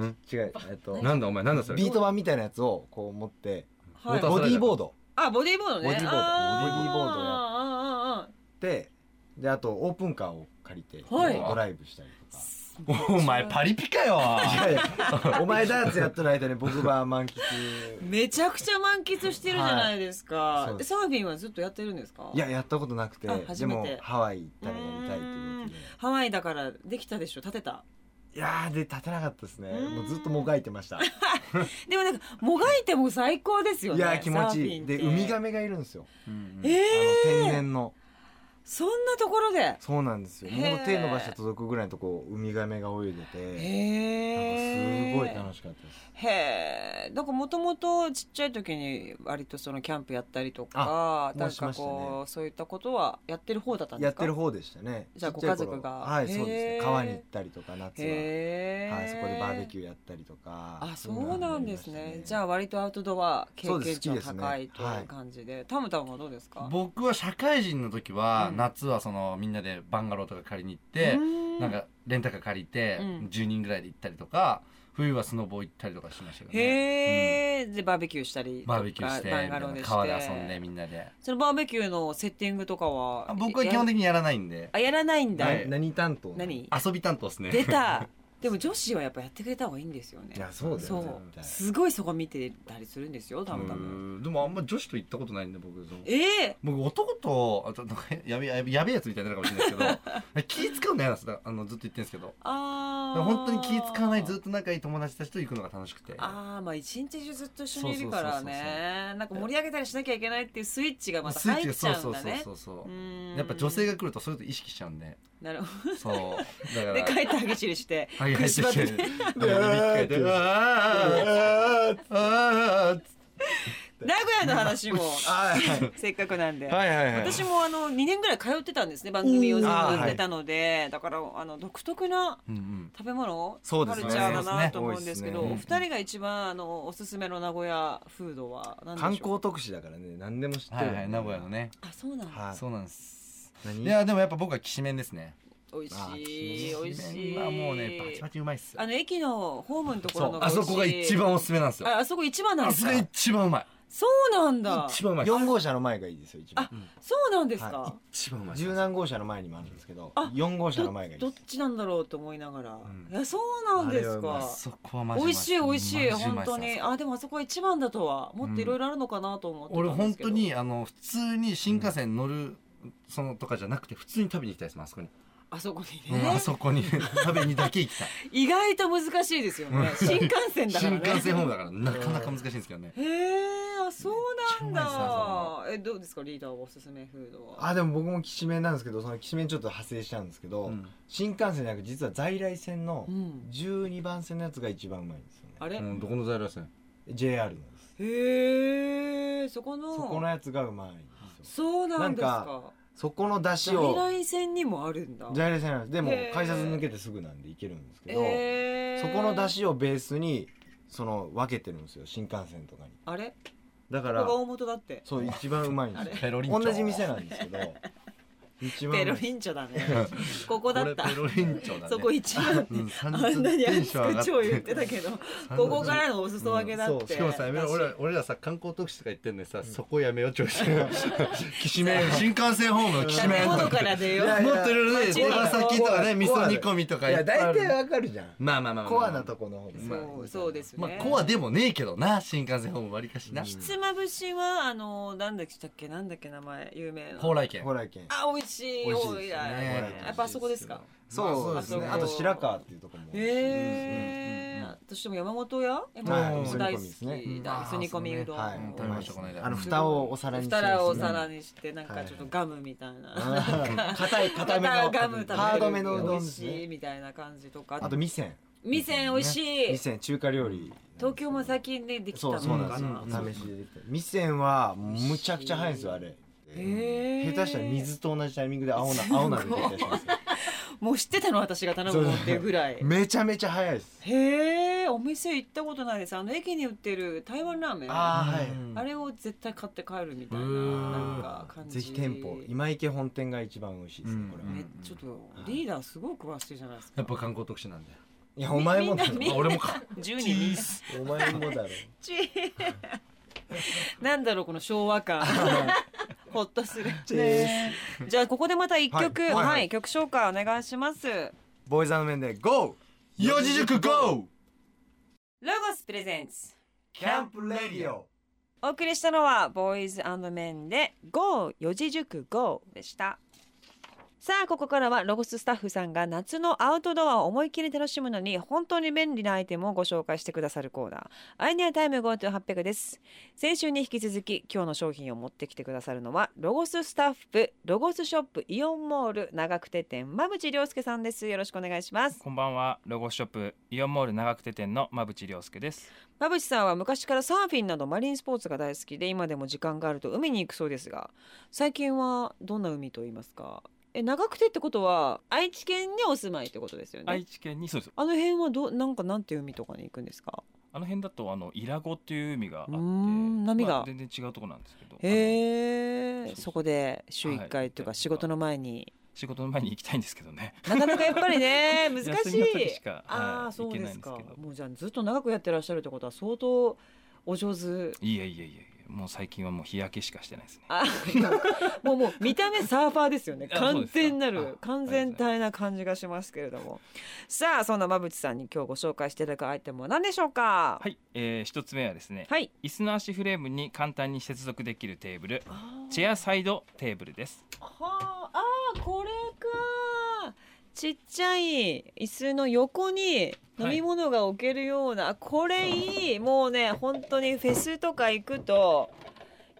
Speaker 2: 違う、えっと、
Speaker 3: なんだお前なんだそれ
Speaker 2: ビート板みたいなやつをこう持って、
Speaker 1: はい
Speaker 3: ボタン
Speaker 2: ボディーボード。
Speaker 1: あボディーボードね
Speaker 2: ボディーボード
Speaker 1: あ
Speaker 2: ボディーボー
Speaker 1: あーあー
Speaker 2: ドや
Speaker 1: あーあー
Speaker 2: でであとオープンカーを借りて、
Speaker 1: はい
Speaker 2: ドライブしたりとか。
Speaker 3: お前パリピかよ
Speaker 2: いや いやお前ダーツやっとる間に僕は満喫
Speaker 1: めちゃくちゃ満喫してるじゃないですか、
Speaker 2: いそう
Speaker 1: で
Speaker 2: です
Speaker 1: サーフィンはずっとやってるんですか
Speaker 2: いややったことなくて
Speaker 1: あ初
Speaker 2: で
Speaker 1: めて
Speaker 2: もハワイ行ったらやりたいということで
Speaker 1: ハワイだからできたでしょ立てた
Speaker 2: いやーで立てなかったですね
Speaker 1: うーん
Speaker 2: もうずっともがいてま したい
Speaker 1: でもなんかもがいても最高ですよね
Speaker 2: やー気持ちいい
Speaker 1: サー
Speaker 2: で
Speaker 1: フィンっ
Speaker 2: ウ
Speaker 1: て
Speaker 2: ミガメがいるんですよ
Speaker 3: うんうん
Speaker 1: えー
Speaker 2: あの天然の
Speaker 1: そんなところで
Speaker 2: そうなんですよ
Speaker 1: へー
Speaker 2: もう手伸ばして届くぐらいのとこウミガメが泳いでてなん
Speaker 1: へえ
Speaker 2: かすごい楽しかったです
Speaker 1: へえんからもともとちっちゃい時に割とそのキャンプやったりとか
Speaker 2: あ
Speaker 1: な
Speaker 2: も
Speaker 1: ん
Speaker 2: うしま
Speaker 1: か
Speaker 2: したね
Speaker 1: こうそういったことはやってる方だったんで
Speaker 2: や
Speaker 1: す
Speaker 2: っ
Speaker 1: か
Speaker 2: てる
Speaker 1: 方
Speaker 2: 方でしたね
Speaker 1: じゃあ
Speaker 2: ちっちい
Speaker 1: ご
Speaker 2: 頃
Speaker 1: 家族が
Speaker 2: はいそうです
Speaker 1: へ
Speaker 2: ね
Speaker 1: ー
Speaker 2: 川に行ったりとか夏は、
Speaker 1: へえ
Speaker 2: はい、そこでバーベキューやったりとか
Speaker 1: あそうなんですねじゃ
Speaker 2: あ
Speaker 1: あ割とアウトドア経
Speaker 2: そうで
Speaker 1: 験
Speaker 2: す
Speaker 1: 値が
Speaker 2: 好きですね
Speaker 1: 高いという感じでタムタムはどうですか
Speaker 3: 僕は社会人の時は、
Speaker 1: うん
Speaker 3: 夏はそのみんなでバンガローとか借りに行って、
Speaker 1: うん
Speaker 3: なんかレンタカー借りて、
Speaker 1: うん
Speaker 3: 10人ぐらいで行ったりとか冬はスノボ行ったりとかしましたけどね
Speaker 1: へえ、でバーベキューしたりとか
Speaker 3: バーベキューして
Speaker 1: バンガローでして
Speaker 3: 川で遊んでみんなで
Speaker 1: そのバーベキューのセッティングとかは
Speaker 3: あ僕は基本
Speaker 1: 的
Speaker 3: 的にやらないんで
Speaker 1: あやらないんだ、
Speaker 3: はい
Speaker 2: 何担当なの
Speaker 1: 何
Speaker 3: 遊び担当ですね
Speaker 1: 出たでも女子はやっぱやってくれた方がいいんですよね
Speaker 2: いやそうだ
Speaker 1: そ
Speaker 2: よ
Speaker 1: う
Speaker 2: ね
Speaker 1: すごいそこ見てたりするんですよた
Speaker 3: う
Speaker 1: ムたム
Speaker 3: んでもあんま女子と行ったことないんで僕その
Speaker 1: ええ
Speaker 3: 僕男とあとなんかやべやべやべえやつみたいになるかもしれないですけど気使うの嫌なんですだあのずっと言ってるんですけど
Speaker 1: ああ
Speaker 3: 本当に気使わないずっと仲いい友達たちと行くのが楽しくて
Speaker 1: ああまあ一日中ずっと一緒にいるか
Speaker 3: そ
Speaker 1: ら
Speaker 3: うそうそうそう
Speaker 1: ねなんか盛り上げたりしなきゃいけないっていうスイッチがまた
Speaker 3: スイッ
Speaker 1: 入
Speaker 3: チ
Speaker 1: っ
Speaker 3: が
Speaker 1: ち
Speaker 3: そう
Speaker 1: ゃう
Speaker 3: そ
Speaker 1: ん
Speaker 3: う
Speaker 1: だ
Speaker 3: そう
Speaker 1: ね
Speaker 3: そうそうう
Speaker 1: ーん
Speaker 3: やっぱ女性が来るとそういうこと意識しちゃうんで
Speaker 1: なるほ
Speaker 3: そうだ
Speaker 1: ど
Speaker 3: から
Speaker 1: で帰ってあげちりして
Speaker 3: はい
Speaker 1: 食いしばって
Speaker 3: 入ってきてで指一回であーあーあーあーあー
Speaker 1: 名古屋の 話も
Speaker 2: はいはい
Speaker 1: せっかくなんで、
Speaker 2: はいはいはい
Speaker 1: 私もあの2年ぐらい通ってたんですね番組を全部
Speaker 2: おー
Speaker 1: やってたので、だからあの独特な
Speaker 3: うんうん
Speaker 1: 食べ物
Speaker 2: そうで
Speaker 1: カ
Speaker 2: す
Speaker 1: ル
Speaker 2: ね
Speaker 1: チャーだなと思うんですけど
Speaker 2: 多い
Speaker 1: お
Speaker 2: です
Speaker 3: ね
Speaker 1: 二人が一番あのおすすめの名古屋フードは何でしょう
Speaker 2: 観光特使だからね何でも知って
Speaker 3: は
Speaker 2: る、
Speaker 3: いはい名古屋のね
Speaker 1: あそうなんだ、
Speaker 2: はい
Speaker 3: そうなんです
Speaker 2: 何
Speaker 3: いやでもやっぱ僕はきしめんですね
Speaker 1: 美味
Speaker 2: あ
Speaker 1: しい
Speaker 2: きしめん
Speaker 1: 美味しい
Speaker 3: まあもうねバチバチうまいっすよ
Speaker 1: あの駅のホームのとこ
Speaker 3: そ
Speaker 1: ろの
Speaker 3: う
Speaker 1: が
Speaker 3: あ
Speaker 1: 美味しい
Speaker 3: そこが一番おすすめなんですよ
Speaker 1: ああそこ一番なん
Speaker 3: あ
Speaker 1: です
Speaker 3: そ
Speaker 1: か
Speaker 3: こが一番うまい
Speaker 1: そうなんだ
Speaker 3: 一番うまいっす
Speaker 2: 4号車の前がいいですよ一番
Speaker 1: そうなんですか、
Speaker 2: は
Speaker 3: 一番うまいっす
Speaker 2: 十何号車の前にもあるんですけど
Speaker 1: あ
Speaker 2: 4号車の
Speaker 1: ど
Speaker 2: 前がいい
Speaker 1: ど
Speaker 2: で
Speaker 1: っ
Speaker 2: す
Speaker 1: ちなんだろうと思いながら、
Speaker 3: ん
Speaker 1: いやそうなんです
Speaker 2: あれはうまい
Speaker 1: か
Speaker 2: っ
Speaker 3: そこはマジう
Speaker 1: 美味
Speaker 3: ま
Speaker 1: しい美味しい
Speaker 3: マジうま
Speaker 1: 本
Speaker 3: っす
Speaker 1: 当にあでもあそこが一番だとはもっといろいろあるのかなと思ってたんで
Speaker 3: 俺
Speaker 1: すけど、
Speaker 3: 本当にあの普通に新幹線乗るそのとかじゃなくて普通に食べに行きたいですもんあそこに、
Speaker 1: あそこに
Speaker 3: うん
Speaker 1: ね
Speaker 3: あ、そこに 食べにだけ行きたい
Speaker 1: 意外と難しいですよね
Speaker 3: うん
Speaker 1: 新幹線だから
Speaker 3: 新
Speaker 1: ね
Speaker 3: 幹線ホームだからなかなか難しいんですけどね
Speaker 1: へえあそうなん
Speaker 3: めっちゃ
Speaker 1: だえどうですかリーダーはおすすめフードは
Speaker 2: あでも僕もきしめんなんですけどそのきしめんちょっと派生しちゃうんですけど、
Speaker 3: うん
Speaker 2: 新幹線じゃなく実は在来線の
Speaker 1: うん
Speaker 2: 12番線のやつが一番うまいんですよね、
Speaker 1: あれ、
Speaker 3: うんどこの在来線
Speaker 2: JR のです
Speaker 1: へえそこの
Speaker 2: そこのやつがうまいんですよ
Speaker 1: そうなんです
Speaker 2: な
Speaker 1: か
Speaker 2: そこの出汁
Speaker 1: 在
Speaker 2: を
Speaker 1: 来線にもあるんだ
Speaker 2: 在来線なんですでも
Speaker 1: へー
Speaker 2: 改札抜けてすぐなんで行けるんですけど、
Speaker 1: へえ
Speaker 2: そこの出汁をベースにその分けてるんですよ新幹線とかに
Speaker 1: あれこ
Speaker 2: だか
Speaker 1: こ
Speaker 2: ら
Speaker 1: が大元だって
Speaker 2: そう一番うまいんですよ
Speaker 3: ペロリンチョ
Speaker 2: 同じ店なんですけど一番
Speaker 1: ペ
Speaker 2: うま
Speaker 1: ロ
Speaker 2: い
Speaker 1: リンチョだねここだった
Speaker 3: 俺ペロリンチョだね
Speaker 1: そこ一番
Speaker 3: うん
Speaker 1: あ
Speaker 3: 三
Speaker 1: んなに熱く超言ってたけど
Speaker 3: 三
Speaker 1: ここからのお裾分けだって、
Speaker 2: うんそう
Speaker 3: しかもさやめろ俺ら俺らさ観光特使とか言ってんのにさ、そこやめようちょいきしめん新幹線ホームのきしめん
Speaker 1: 建物から出よう
Speaker 2: いやいや
Speaker 3: もっといろいろね
Speaker 1: 街
Speaker 3: 手
Speaker 1: に
Speaker 3: 羽先とか
Speaker 2: コア
Speaker 3: ね
Speaker 2: ラ
Speaker 3: 味噌煮込みとか
Speaker 2: い
Speaker 3: いっ
Speaker 2: や
Speaker 3: ぱいあ
Speaker 2: 大
Speaker 3: る
Speaker 2: 体わかるじゃん
Speaker 3: まあまあまあまあ
Speaker 2: コアなとこの方です
Speaker 1: そうそうですね、
Speaker 3: まあコアでもねえけどな新幹線ホーム割りかしな、
Speaker 1: ひつまぶしはあのなんだっけなんだっけ名前有名な
Speaker 3: 蓬莱県
Speaker 2: ほら県
Speaker 1: あ美味しい
Speaker 2: 美味しい
Speaker 1: 多
Speaker 2: ですね
Speaker 1: ややっぱあそこですか
Speaker 2: そうですね
Speaker 1: あそ
Speaker 2: あ
Speaker 1: こと
Speaker 2: 白川っていうとこも
Speaker 1: へえどうしても山本屋山
Speaker 2: はい
Speaker 1: 本大好
Speaker 2: 味噌煮込みです
Speaker 1: き
Speaker 2: ね
Speaker 1: だ味噌煮込みうどん
Speaker 2: はい
Speaker 3: うん食べましたこの間
Speaker 2: あの蓋をお皿にして
Speaker 1: 二らをお皿にしてなんかちょっとガムみたいな
Speaker 2: うん硬い硬め
Speaker 1: また
Speaker 2: の
Speaker 1: ガム食べる
Speaker 2: ハードめのうどん
Speaker 1: 美
Speaker 2: で
Speaker 1: 味
Speaker 2: す
Speaker 1: しい
Speaker 2: ね
Speaker 1: みたいな感じとか
Speaker 2: あと味仙
Speaker 1: 味仙美味しい
Speaker 2: 味仙中華料理
Speaker 1: 東京も
Speaker 2: さ
Speaker 1: 最近ねできた
Speaker 2: そ
Speaker 1: の
Speaker 2: うそうなん
Speaker 1: か
Speaker 2: です
Speaker 1: な
Speaker 2: よお試しでできた味仙はむちゃくちゃ早いんですよあれ
Speaker 1: へえ
Speaker 2: 下手したら水と同じタイミングで青な青鍋できたりしますよ
Speaker 1: もう知ってたの私が頼むのっていうぐらい
Speaker 2: めちゃめちゃ早いです
Speaker 1: へえお店行ったことないですあの駅に売ってる台湾ラーメン
Speaker 2: あーはい
Speaker 3: うん
Speaker 1: あれを絶対買って帰るみたいな
Speaker 3: うー
Speaker 1: なんか感じ
Speaker 2: ぜひ店舗今池本店が一番美味しいですねこれは
Speaker 3: うん
Speaker 1: ねちょっとリーダーすごい詳しいじゃない ですか
Speaker 3: やっぱ観光特使なんだよ
Speaker 2: いやお前もだろ
Speaker 1: みんな
Speaker 3: あ俺もか
Speaker 1: 10人みんな
Speaker 2: お前もだろ
Speaker 1: ちー なんだろうこの昭和感ほっとする
Speaker 2: ね
Speaker 1: じゃあここでまた一曲は、
Speaker 2: はいいはいはい
Speaker 1: 曲紹介お願いします
Speaker 2: ボーイズの面で GO!
Speaker 3: 四字熟語
Speaker 1: ロゴスプレゼンツ
Speaker 2: キャンプレディオ
Speaker 1: お送りしたのはボーイズメンで GO 四字熟 GO でしたさあここからはロゴススタッフさんが夏のアウトドアを思いっきり楽しむのに本当に便利なアイテムをご紹介してくださるコーナーアイデアタイム GoTo800 です先週に引き続き今日の商品を持ってきてくださるのはロゴススタッフロゴスショップイオンモール長久手店馬淵亮介さんですよろしくお願いします
Speaker 4: こんばんはロゴスショップイオンモール長久手店の馬淵亮介です
Speaker 1: 馬淵さんは昔からサーフィンなどマリンスポーツが大好きで今でも時間があると海に行くそうですが最近はどんな海と言いますかえ長久手ってことは愛知県にお住まいってことですよね
Speaker 4: 愛知県にそうです
Speaker 1: あの辺はどなんかなんていう海とかに行くんですか
Speaker 4: あの辺だとあの伊良湖っていう海があって
Speaker 1: うーん波が
Speaker 4: まあ全然違うとこなんですけどあの
Speaker 1: へ
Speaker 4: そう
Speaker 1: え
Speaker 4: そう
Speaker 1: そこで週
Speaker 4: は
Speaker 1: 1
Speaker 4: い
Speaker 1: 回とか仕事の前に
Speaker 4: 仕事の前に行きたいんですけどね
Speaker 1: なかなかやっぱり ね難し
Speaker 4: 休
Speaker 1: い
Speaker 4: みの時しか
Speaker 1: あ
Speaker 4: は
Speaker 1: あ
Speaker 4: い
Speaker 1: そ
Speaker 4: 行
Speaker 1: う
Speaker 4: け
Speaker 1: で
Speaker 4: ない
Speaker 1: す
Speaker 4: んで
Speaker 1: か
Speaker 4: すけど
Speaker 1: もうじゃあずっと長くやってらっしゃるってことは相当お上手
Speaker 4: いえいえいえもう最近はもう日焼けしかしてないですね
Speaker 1: あもうもう見た目サーファーですよね
Speaker 4: あそう
Speaker 1: 完
Speaker 4: ですか
Speaker 1: 全なる
Speaker 4: あ
Speaker 1: 完全体な感じがしますけれどもさあそんな馬淵さんに今日ご紹介していただくアイテムは何でしょうか
Speaker 4: はい、えー、一つ目はですね、
Speaker 1: はい
Speaker 4: 椅子の足フレームに簡単に接続できるテーブル
Speaker 1: あー
Speaker 4: チェアサイドテーブルです
Speaker 1: はああーこれかちっちゃい椅子の横に飲み物が置けるような、あこれいいもうね本当にフェスとか行くと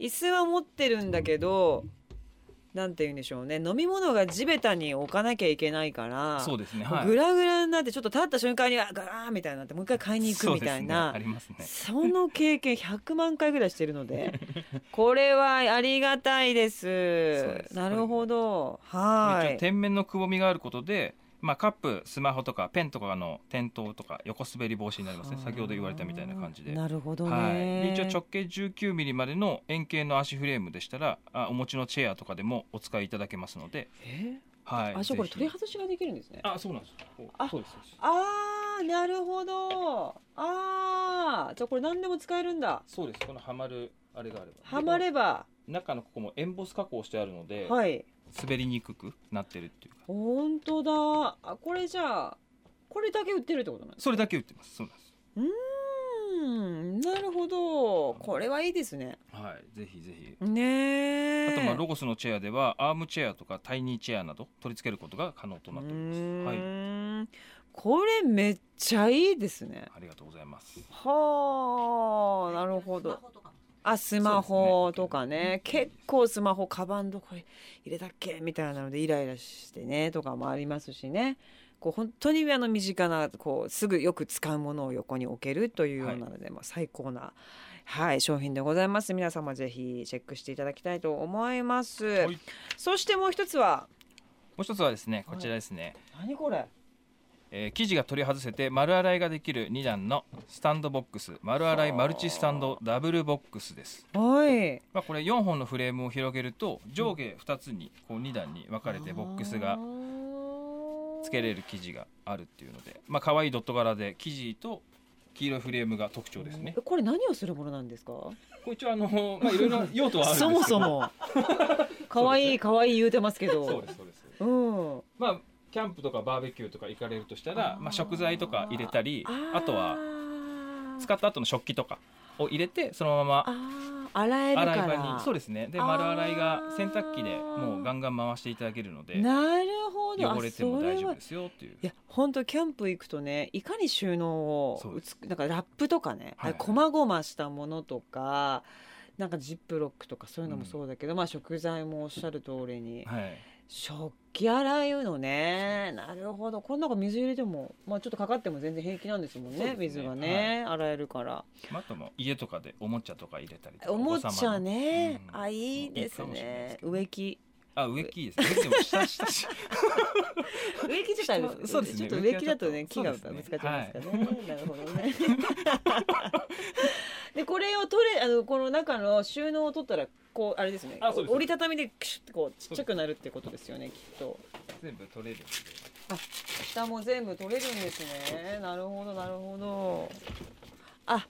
Speaker 1: 椅子は持ってるんだけどなんて言うんでしょうね飲み物が地べたに置かなきゃいけないから
Speaker 4: そうですね
Speaker 1: もう
Speaker 4: はい
Speaker 1: グラグラになってちょっと立った瞬間にあガラーンみたいになってもう一回買いに行くみたいな
Speaker 4: そうですね、ありますね
Speaker 1: その経験100万回ぐらいしてるの でこれはありがたいです
Speaker 4: そうです
Speaker 1: なるほど
Speaker 4: 一
Speaker 1: は
Speaker 4: 応
Speaker 1: い
Speaker 4: 天面のくぼみがあることで、まあ、カップスマホとかペンとかの転倒とか横滑り防止になりますね先ほど言われたみたいな感じで。
Speaker 1: なるほどね、
Speaker 4: はい、で一応直径1 9ミリまでの円形の足フレームでしたらあお持ちのチェアとかでもお使いいただけますので、
Speaker 1: え
Speaker 4: はい、
Speaker 1: あそうこれ
Speaker 4: ぜひ
Speaker 1: 取り外しができるんですね
Speaker 4: あそうなんですよ
Speaker 1: あ
Speaker 4: そうですそうです
Speaker 1: あーなるほどあーじゃあこれ何でも使えるんだ
Speaker 4: そうですこのはまるあれがあれば
Speaker 1: はまれば
Speaker 4: で中のここもエンボス加工してあるので、
Speaker 1: はい
Speaker 4: 滑りにくくなってるっていうか
Speaker 1: 本当だあこれじゃあこれだけ売ってるってことなんです
Speaker 4: それだけ売ってますそうなんです
Speaker 1: うんなるほどこれはいいですね
Speaker 4: はいぜひぜひ
Speaker 1: ねえ
Speaker 4: あとまあロゴスのチェアではアームチェアとかタイニーチェアなど取り付けることが可能となっております。は
Speaker 1: う
Speaker 4: い、
Speaker 1: ーんこれめっちゃいいですね。
Speaker 4: ありがとうございます。
Speaker 1: はあ、なるほど。あ、スマホとかね、
Speaker 4: そうですね
Speaker 1: 結構スマホカバンどこに入れたっけみたいなのでイライラしてねとかもありますしね。こう本当にあの身近なこうすぐよく使うものを横に置けるというようなので、まあ最高なはい商品でございます。皆様ぜひチェックしていただきたいと思います。
Speaker 4: はい
Speaker 1: そしてもう一つは
Speaker 4: もう一つはですね、こちらですね。
Speaker 1: 何これ？
Speaker 4: えー生地が取り外せて丸洗いができる2段のスタンドボックス丸洗いマルチスタンドダブルボックスです、
Speaker 1: はい。
Speaker 4: まあ、これ4本のフレームを広げると上下2つにこう2段に分かれてボックスがつけれる生地があるっていうのでまあ可愛いドット柄で生地と黄色いフレームが特徴ですね
Speaker 1: えこれ何をするものなんですか
Speaker 4: これ一応あのまあいろ いろ用途はあるんで
Speaker 1: そ
Speaker 4: すけ
Speaker 1: もそ
Speaker 4: ど
Speaker 1: も可愛い可愛い言うてますけど
Speaker 4: そうですそうです
Speaker 1: うん
Speaker 4: まあキャンプとかバーベキューとか行かれるとしたら
Speaker 1: あー
Speaker 4: まあ、食材とか入れたりあとは使
Speaker 1: っ
Speaker 4: った後の食器とかを入れてそのまま
Speaker 1: あー洗えるか
Speaker 4: 洗い
Speaker 1: ら
Speaker 4: 場にそうですねで丸洗いが洗濯機で
Speaker 1: あー
Speaker 4: もうガンガン回していただけるので
Speaker 1: なるほどあ
Speaker 4: 汚れても
Speaker 1: そは
Speaker 4: 大丈夫ですよっていう
Speaker 1: いや本当キャンプ行くとねいかに収納を
Speaker 4: そうで
Speaker 1: 美なんかラップとかね、
Speaker 4: はい
Speaker 1: こまごましたものとかなんかジップロックとかそういうのもそうだけど、まあ食材もおっしゃる通りに
Speaker 4: はい
Speaker 1: 食器洗いうのねなるほどこの中水入れても、まあ、ちょっとかかっても全然平気なんですもん
Speaker 4: そ
Speaker 1: ね
Speaker 4: うですね
Speaker 1: 水がね、洗えるから
Speaker 4: まああとも家とかでおもちゃとか入れたりとか
Speaker 1: おもちゃ
Speaker 4: お子様の
Speaker 1: ね、
Speaker 4: うん
Speaker 1: あいいです
Speaker 4: いいかもしれないで
Speaker 1: ね
Speaker 4: すけど
Speaker 1: 植木
Speaker 4: あ植木ですね植木でも下下下
Speaker 1: 植木自体は
Speaker 4: そうですね
Speaker 1: ちょっと植木だとね木
Speaker 4: 植木
Speaker 1: が
Speaker 4: は
Speaker 1: ぶ
Speaker 4: ち
Speaker 1: つ
Speaker 4: ょ
Speaker 1: か
Speaker 4: っと
Speaker 1: っちゃいますからね、 なるほどねでこれを取れあのこの中の収納を取ったらこうあれですね
Speaker 4: あそうです
Speaker 1: 折りたたみでクシュッてこうちっちゃくなるってことですよねきっと
Speaker 4: 全部取れるんで
Speaker 1: 下も全部取れるんですねなるほどなるほどあ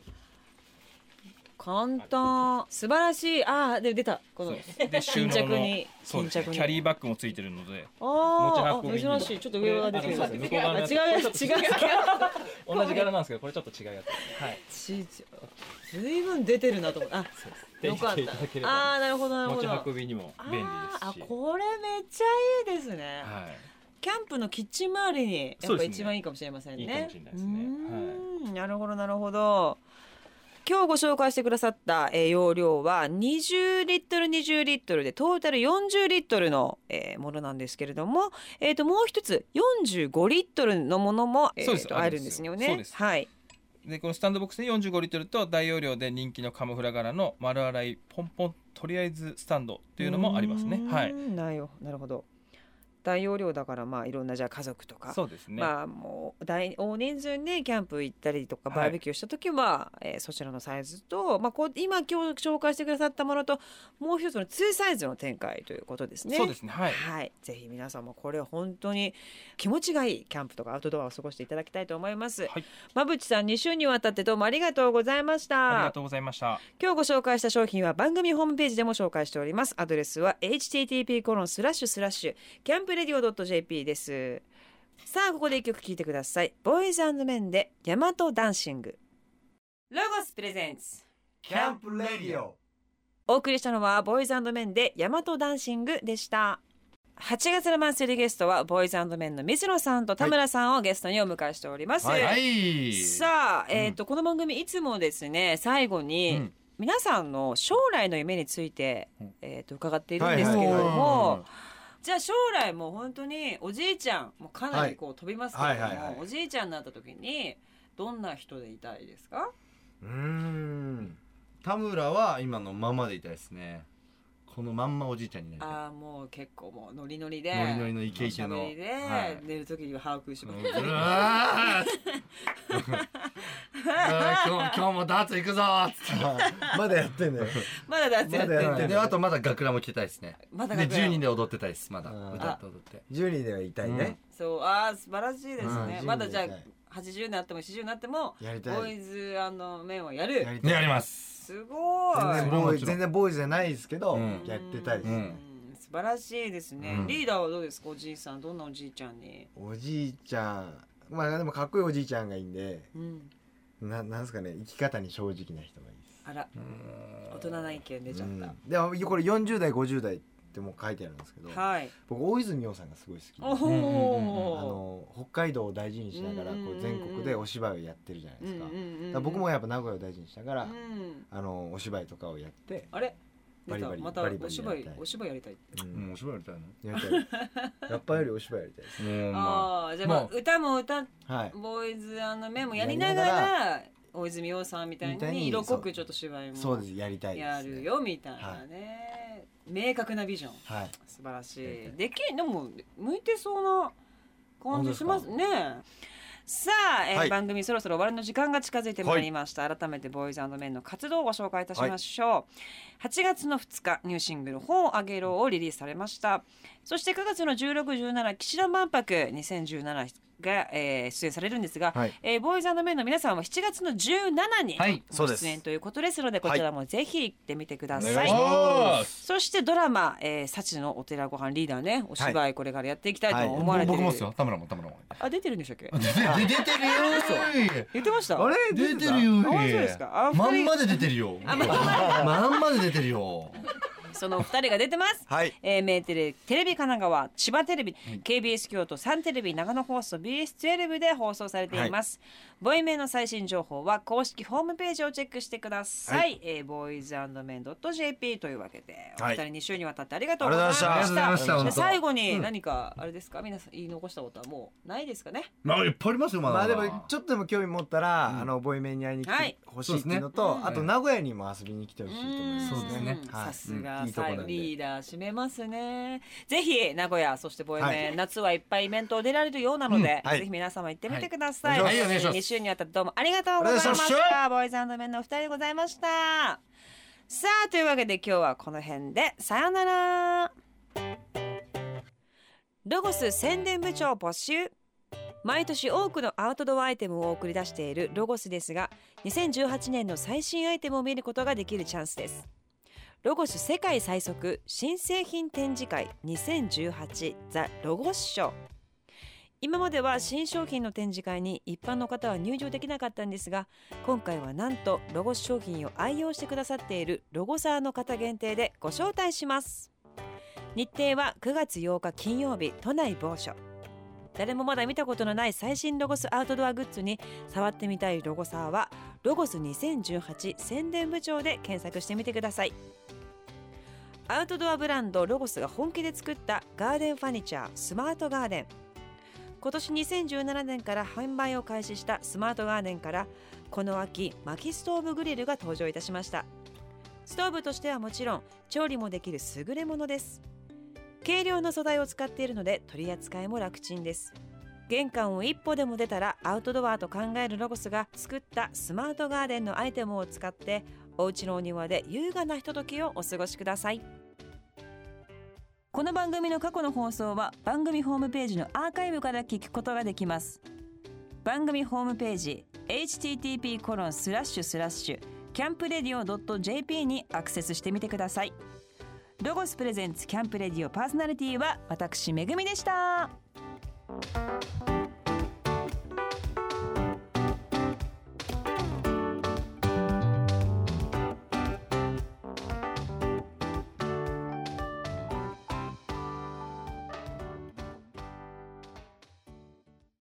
Speaker 1: 簡単素晴らしいあーで出たこ
Speaker 4: そう
Speaker 1: の
Speaker 4: ですで収
Speaker 1: 巾
Speaker 4: 納
Speaker 1: 着
Speaker 4: の
Speaker 1: に
Speaker 4: そうですね
Speaker 1: 巾着に
Speaker 4: キャリーバッグもついてるので
Speaker 1: あー
Speaker 4: 持ち運びに
Speaker 1: あ珍しいちょっと上は出てくる
Speaker 4: あのそうですね向こう側のやつ
Speaker 1: あ違う
Speaker 4: こ
Speaker 1: や
Speaker 4: れ
Speaker 1: つ
Speaker 4: ち
Speaker 1: 違
Speaker 4: ょっ
Speaker 1: う
Speaker 4: と
Speaker 1: や
Speaker 4: 同じ柄なんですけどこれちょっと違うやつはい
Speaker 1: つちちずいぶん出てるなと思ってあ
Speaker 4: てい
Speaker 1: よか
Speaker 4: っ
Speaker 1: って
Speaker 4: いただけれ
Speaker 1: た
Speaker 4: ば
Speaker 1: ああなるほどなる
Speaker 4: 持
Speaker 1: ほ
Speaker 4: ち
Speaker 1: ど
Speaker 4: 運びにも便利ですし
Speaker 1: あーこれめっちゃいいですね、
Speaker 4: はい
Speaker 1: キャンプのキッチン周りにや
Speaker 4: そ
Speaker 1: っ
Speaker 4: う
Speaker 1: ぱ
Speaker 4: ですね
Speaker 1: 一番いいかもしれませんね
Speaker 4: いいかもしれないですね
Speaker 1: うーんなるほどなるほど今日ご紹介してくださった、えー容量は20リットル20リットルでトータル40リットルの、えーものなんですけれども、えー、ともう一つ45リットルのものも、えーと
Speaker 4: そうです
Speaker 1: あるんですよね。
Speaker 4: そうです
Speaker 1: はい、
Speaker 4: でこのスタンドボックスで45リットルと大容量で人気のカモフラ柄の丸洗いポンポンとりあえずスタンドっていうのもありますね
Speaker 1: うーん
Speaker 4: はい
Speaker 1: なよなるほど大容量だからまあいろんなじゃあ家族とか
Speaker 4: そうですね、
Speaker 1: まあもう大大人数でキャンプ行ったりとか
Speaker 4: はい
Speaker 1: バーベキューした時は、えーそちらのサイズと、まあ、こう今今日紹介してくださったものともう一つの2サイズの展開ということですね。
Speaker 4: そうですねはい
Speaker 1: はい、ぜひ皆さんもこれ本当に気持ちがいいキャンプとかアウトドアを過ごしていただきたいと思います。
Speaker 4: はい
Speaker 1: まぶちさん2週にわたってどうもありがとうございまし
Speaker 4: ありが
Speaker 1: た
Speaker 4: と。うございました
Speaker 1: 今日ご紹介した商品は番組ホームページでも紹介しております。アドレスは http コロンスラッシュスラッシュキャンプレディオ .jp です。さあここで一曲聴いてください。ボーイズメンでヤマトダンシング。ロゴスプレゼンツ。
Speaker 2: キャンプレディオ
Speaker 1: お送りしたのはボーイズメンでヤマトダンシングでした。8月のマンスリーゲストはボーイズメンの水野さんと田村さんをゲストにお迎えしております。
Speaker 3: はい
Speaker 1: さあ、
Speaker 3: ん
Speaker 1: えっ、と、この番組いつもですね、最後に、
Speaker 3: うん
Speaker 1: 皆さんの将来の夢について、
Speaker 3: うん
Speaker 1: えっ、と、伺っているんですけれども。
Speaker 3: はいはい
Speaker 1: じゃあ将来もう本当におじいちゃんもうかなりこう飛びますけれども、
Speaker 2: はいはいはい
Speaker 1: おじいちゃんになった時にどんな人でいたいですか
Speaker 2: うーん
Speaker 3: 田村は今のままでいたいですねこのまんまおじいちゃんになりたい
Speaker 1: ああもう結構もうノリノリで
Speaker 3: ノリノリのイケイケの
Speaker 1: おしゃべりで、
Speaker 3: はい
Speaker 1: 寝る時には把握し
Speaker 3: う
Speaker 1: ま
Speaker 3: ん
Speaker 1: す、
Speaker 3: うわーうん今日今日もダーツ行くぞーっつっ
Speaker 2: まだやってんだよ
Speaker 1: まだだってやって
Speaker 2: まだ
Speaker 1: る
Speaker 2: やってて
Speaker 3: であとまだ学ランも来てたいですね
Speaker 1: まだ
Speaker 3: で
Speaker 1: 学ラン
Speaker 3: 10人で踊ってたいですまだ
Speaker 2: うん
Speaker 3: 歌って踊って
Speaker 2: 10人では痛いね、
Speaker 1: そうああ素晴らしいです
Speaker 3: うん
Speaker 1: ね、
Speaker 2: 10
Speaker 1: まだじゃ
Speaker 2: でいたい
Speaker 1: あ80になっても40になっても
Speaker 2: やり
Speaker 1: ボ
Speaker 2: た
Speaker 1: ー
Speaker 2: い
Speaker 1: イズ面はやる
Speaker 2: やりたい
Speaker 3: ねやります
Speaker 1: すごい
Speaker 2: 全然ボーイ
Speaker 3: それはもちろん
Speaker 2: 全然ボーイズじゃないですけど、
Speaker 3: うん
Speaker 2: やってたいです、
Speaker 1: うん
Speaker 3: うん
Speaker 1: 素晴らしいですね、
Speaker 3: うん
Speaker 1: リーダーはどうですかおじいさんどんなおじいちゃんに、
Speaker 2: おじいちゃんまあでもかっこいいおじいちゃんがいいんで
Speaker 1: うん、
Speaker 2: ななんですかね生き方に正直な人がいいです
Speaker 1: あら大人な意見出ちゃった、
Speaker 2: うんでもこれ40代50代ってもう書いてあるんですけど
Speaker 1: はい
Speaker 2: 僕大泉洋さんがすごい
Speaker 1: お
Speaker 2: 好きであ
Speaker 1: お
Speaker 2: の北海道を大事にしながらこ
Speaker 1: うんうんうん
Speaker 2: う全国でお芝居をやってるじゃないですか,、だから僕もやっぱ名古屋を大事にしながら、
Speaker 1: うん
Speaker 2: あのお芝居とかをやって、
Speaker 1: あれ出
Speaker 2: バリ
Speaker 1: た
Speaker 2: バリ
Speaker 1: また
Speaker 2: バリバ
Speaker 1: お
Speaker 2: リ
Speaker 1: 芝
Speaker 2: やり
Speaker 1: 居
Speaker 2: たい
Speaker 1: お芝居やりたいって
Speaker 2: う
Speaker 3: も
Speaker 2: ん
Speaker 3: うお芝居やりたいの
Speaker 2: やりたいラッパーよりお芝居やりたいです
Speaker 3: もうま
Speaker 1: ああーじゃあま
Speaker 3: ま
Speaker 1: あ
Speaker 3: あ
Speaker 1: 歌も歌っ
Speaker 2: はい
Speaker 1: ボーイズメもやりなが
Speaker 2: やりな
Speaker 1: ら大泉洋さんみたい
Speaker 2: みたい
Speaker 1: に
Speaker 2: に
Speaker 1: 色濃くちょっと芝居も
Speaker 2: そうですやりたいです、
Speaker 1: やるよみたいなね明確なビジョン
Speaker 2: はい
Speaker 1: 素晴らし
Speaker 2: え
Speaker 1: いできでも向いてそうな感じしますねさあ、えー
Speaker 2: はい
Speaker 1: 番組そろそろ終わりの時間が近づいてまいりました、改めてボーイズメンの活動をご紹介いたしましょう、8月の2日ニューシングル「本をあげろ」をリリースされましたそして9月の1617岸田万博2017が、えー出演されるんですが、
Speaker 2: はい
Speaker 1: えーボーイズメンの皆さんは7月の17に
Speaker 3: はい
Speaker 2: そうで
Speaker 1: 出
Speaker 2: す
Speaker 1: 演ということですので、こちらもぜひ行ってみてくださ
Speaker 3: あ
Speaker 1: い、
Speaker 3: ます
Speaker 1: そしてドラマ「えー、サチのお寺ご飯リーダーね」お芝居これからやっていきたい
Speaker 2: はい
Speaker 1: と思われてる、
Speaker 3: 僕もっすよ田村も田村 も
Speaker 1: あ出てるんでしたっけ
Speaker 3: 出てるよ
Speaker 1: 言ってました
Speaker 2: あれ
Speaker 3: 出て
Speaker 2: た
Speaker 3: るよ
Speaker 1: あ本当ですかあ
Speaker 3: まんま
Speaker 1: 二
Speaker 3: で出てるよまんまで出てるよ
Speaker 1: そのお二人が出てます
Speaker 2: はい
Speaker 1: えー、メーテレテレビ神奈川千葉テレビ、KBS 京都サンテレビ長野放送 BS12 で放送されています、ボイメンの最新情報は公式ホームページをチェックしてください、
Speaker 2: は
Speaker 1: えー、ボーイズメン .jp というわけでお
Speaker 2: は
Speaker 1: 二
Speaker 2: い
Speaker 1: 人2週にわたってありがとうございました
Speaker 2: ありがとうございま
Speaker 3: したありがとうございました
Speaker 1: 最後に何かあれですか、皆さん言い残したことはもうないですかね
Speaker 3: まあいっぱいありますよまだ
Speaker 2: まあでもちょっとでも興味持ったら、あのボイメンに会いに来てほしいっていうのと、
Speaker 1: はい
Speaker 2: あと名古屋にも遊びに来てほしいと思います
Speaker 3: そうですね
Speaker 1: ん
Speaker 2: はい
Speaker 1: さす
Speaker 2: う
Speaker 1: が
Speaker 2: んいいとこなんで
Speaker 1: リーダー締めますね。ぜひ名古屋そしてボイメン夏はいっぱいイベントを出られるようなので、
Speaker 2: うんはい
Speaker 1: ぜひ皆様行ってみてください。
Speaker 3: はいはいお願いします
Speaker 1: 二週にわたってどうもありがとうございま
Speaker 2: あ
Speaker 1: し
Speaker 2: りがとうござ
Speaker 1: た。ボーイズメンのお二人でございました。さあというわけで今日はこの辺でさよなら。ロゴス宣伝部長募集。毎年多くのアウトドアアイテムを送り出しているロゴスですが2018年の最新アイテムを見ることができるチャンスですロゴス世界最速新製品展示会2018ザ・ロゴスショー今までは新商品の展示会に一般の方は入場できなかったんですが今回はなんとロゴス商品を愛用してくださっているロゴサーの方限定でご招待します日程は9月8日金曜日都内某所誰もまだ見たことのない最新ロゴスアウトドアグッズに触ってみたいロゴサーはロゴス2018宣伝部長で検索してみてくださいアウトドアブランドロゴスが本気で作ったガーデンファニチャースマートガーデン今年2017年から販売を開始したスマートガーデンからこの秋薪ストーブグリルが登場いたしましたストーブとしてはもちろん調理もできる優れものです軽量の素材を使っているので取り扱いも楽ちんです玄関を一歩でも出たらアウトドアと考えるロゴスが作ったスマートガーデンのアイテムを使ってお家のお庭で優雅なひとときをお過ごしくださいこの番組の過去の放送は番組ホームページのアーカイブから聞くことができます番組ホームページ http コロンスラッシュスラッシュキャンプレディオ .jp にアクセスしてみてくださいロゴスプレゼンツキャンプレディオパーソナリティは私めぐみでした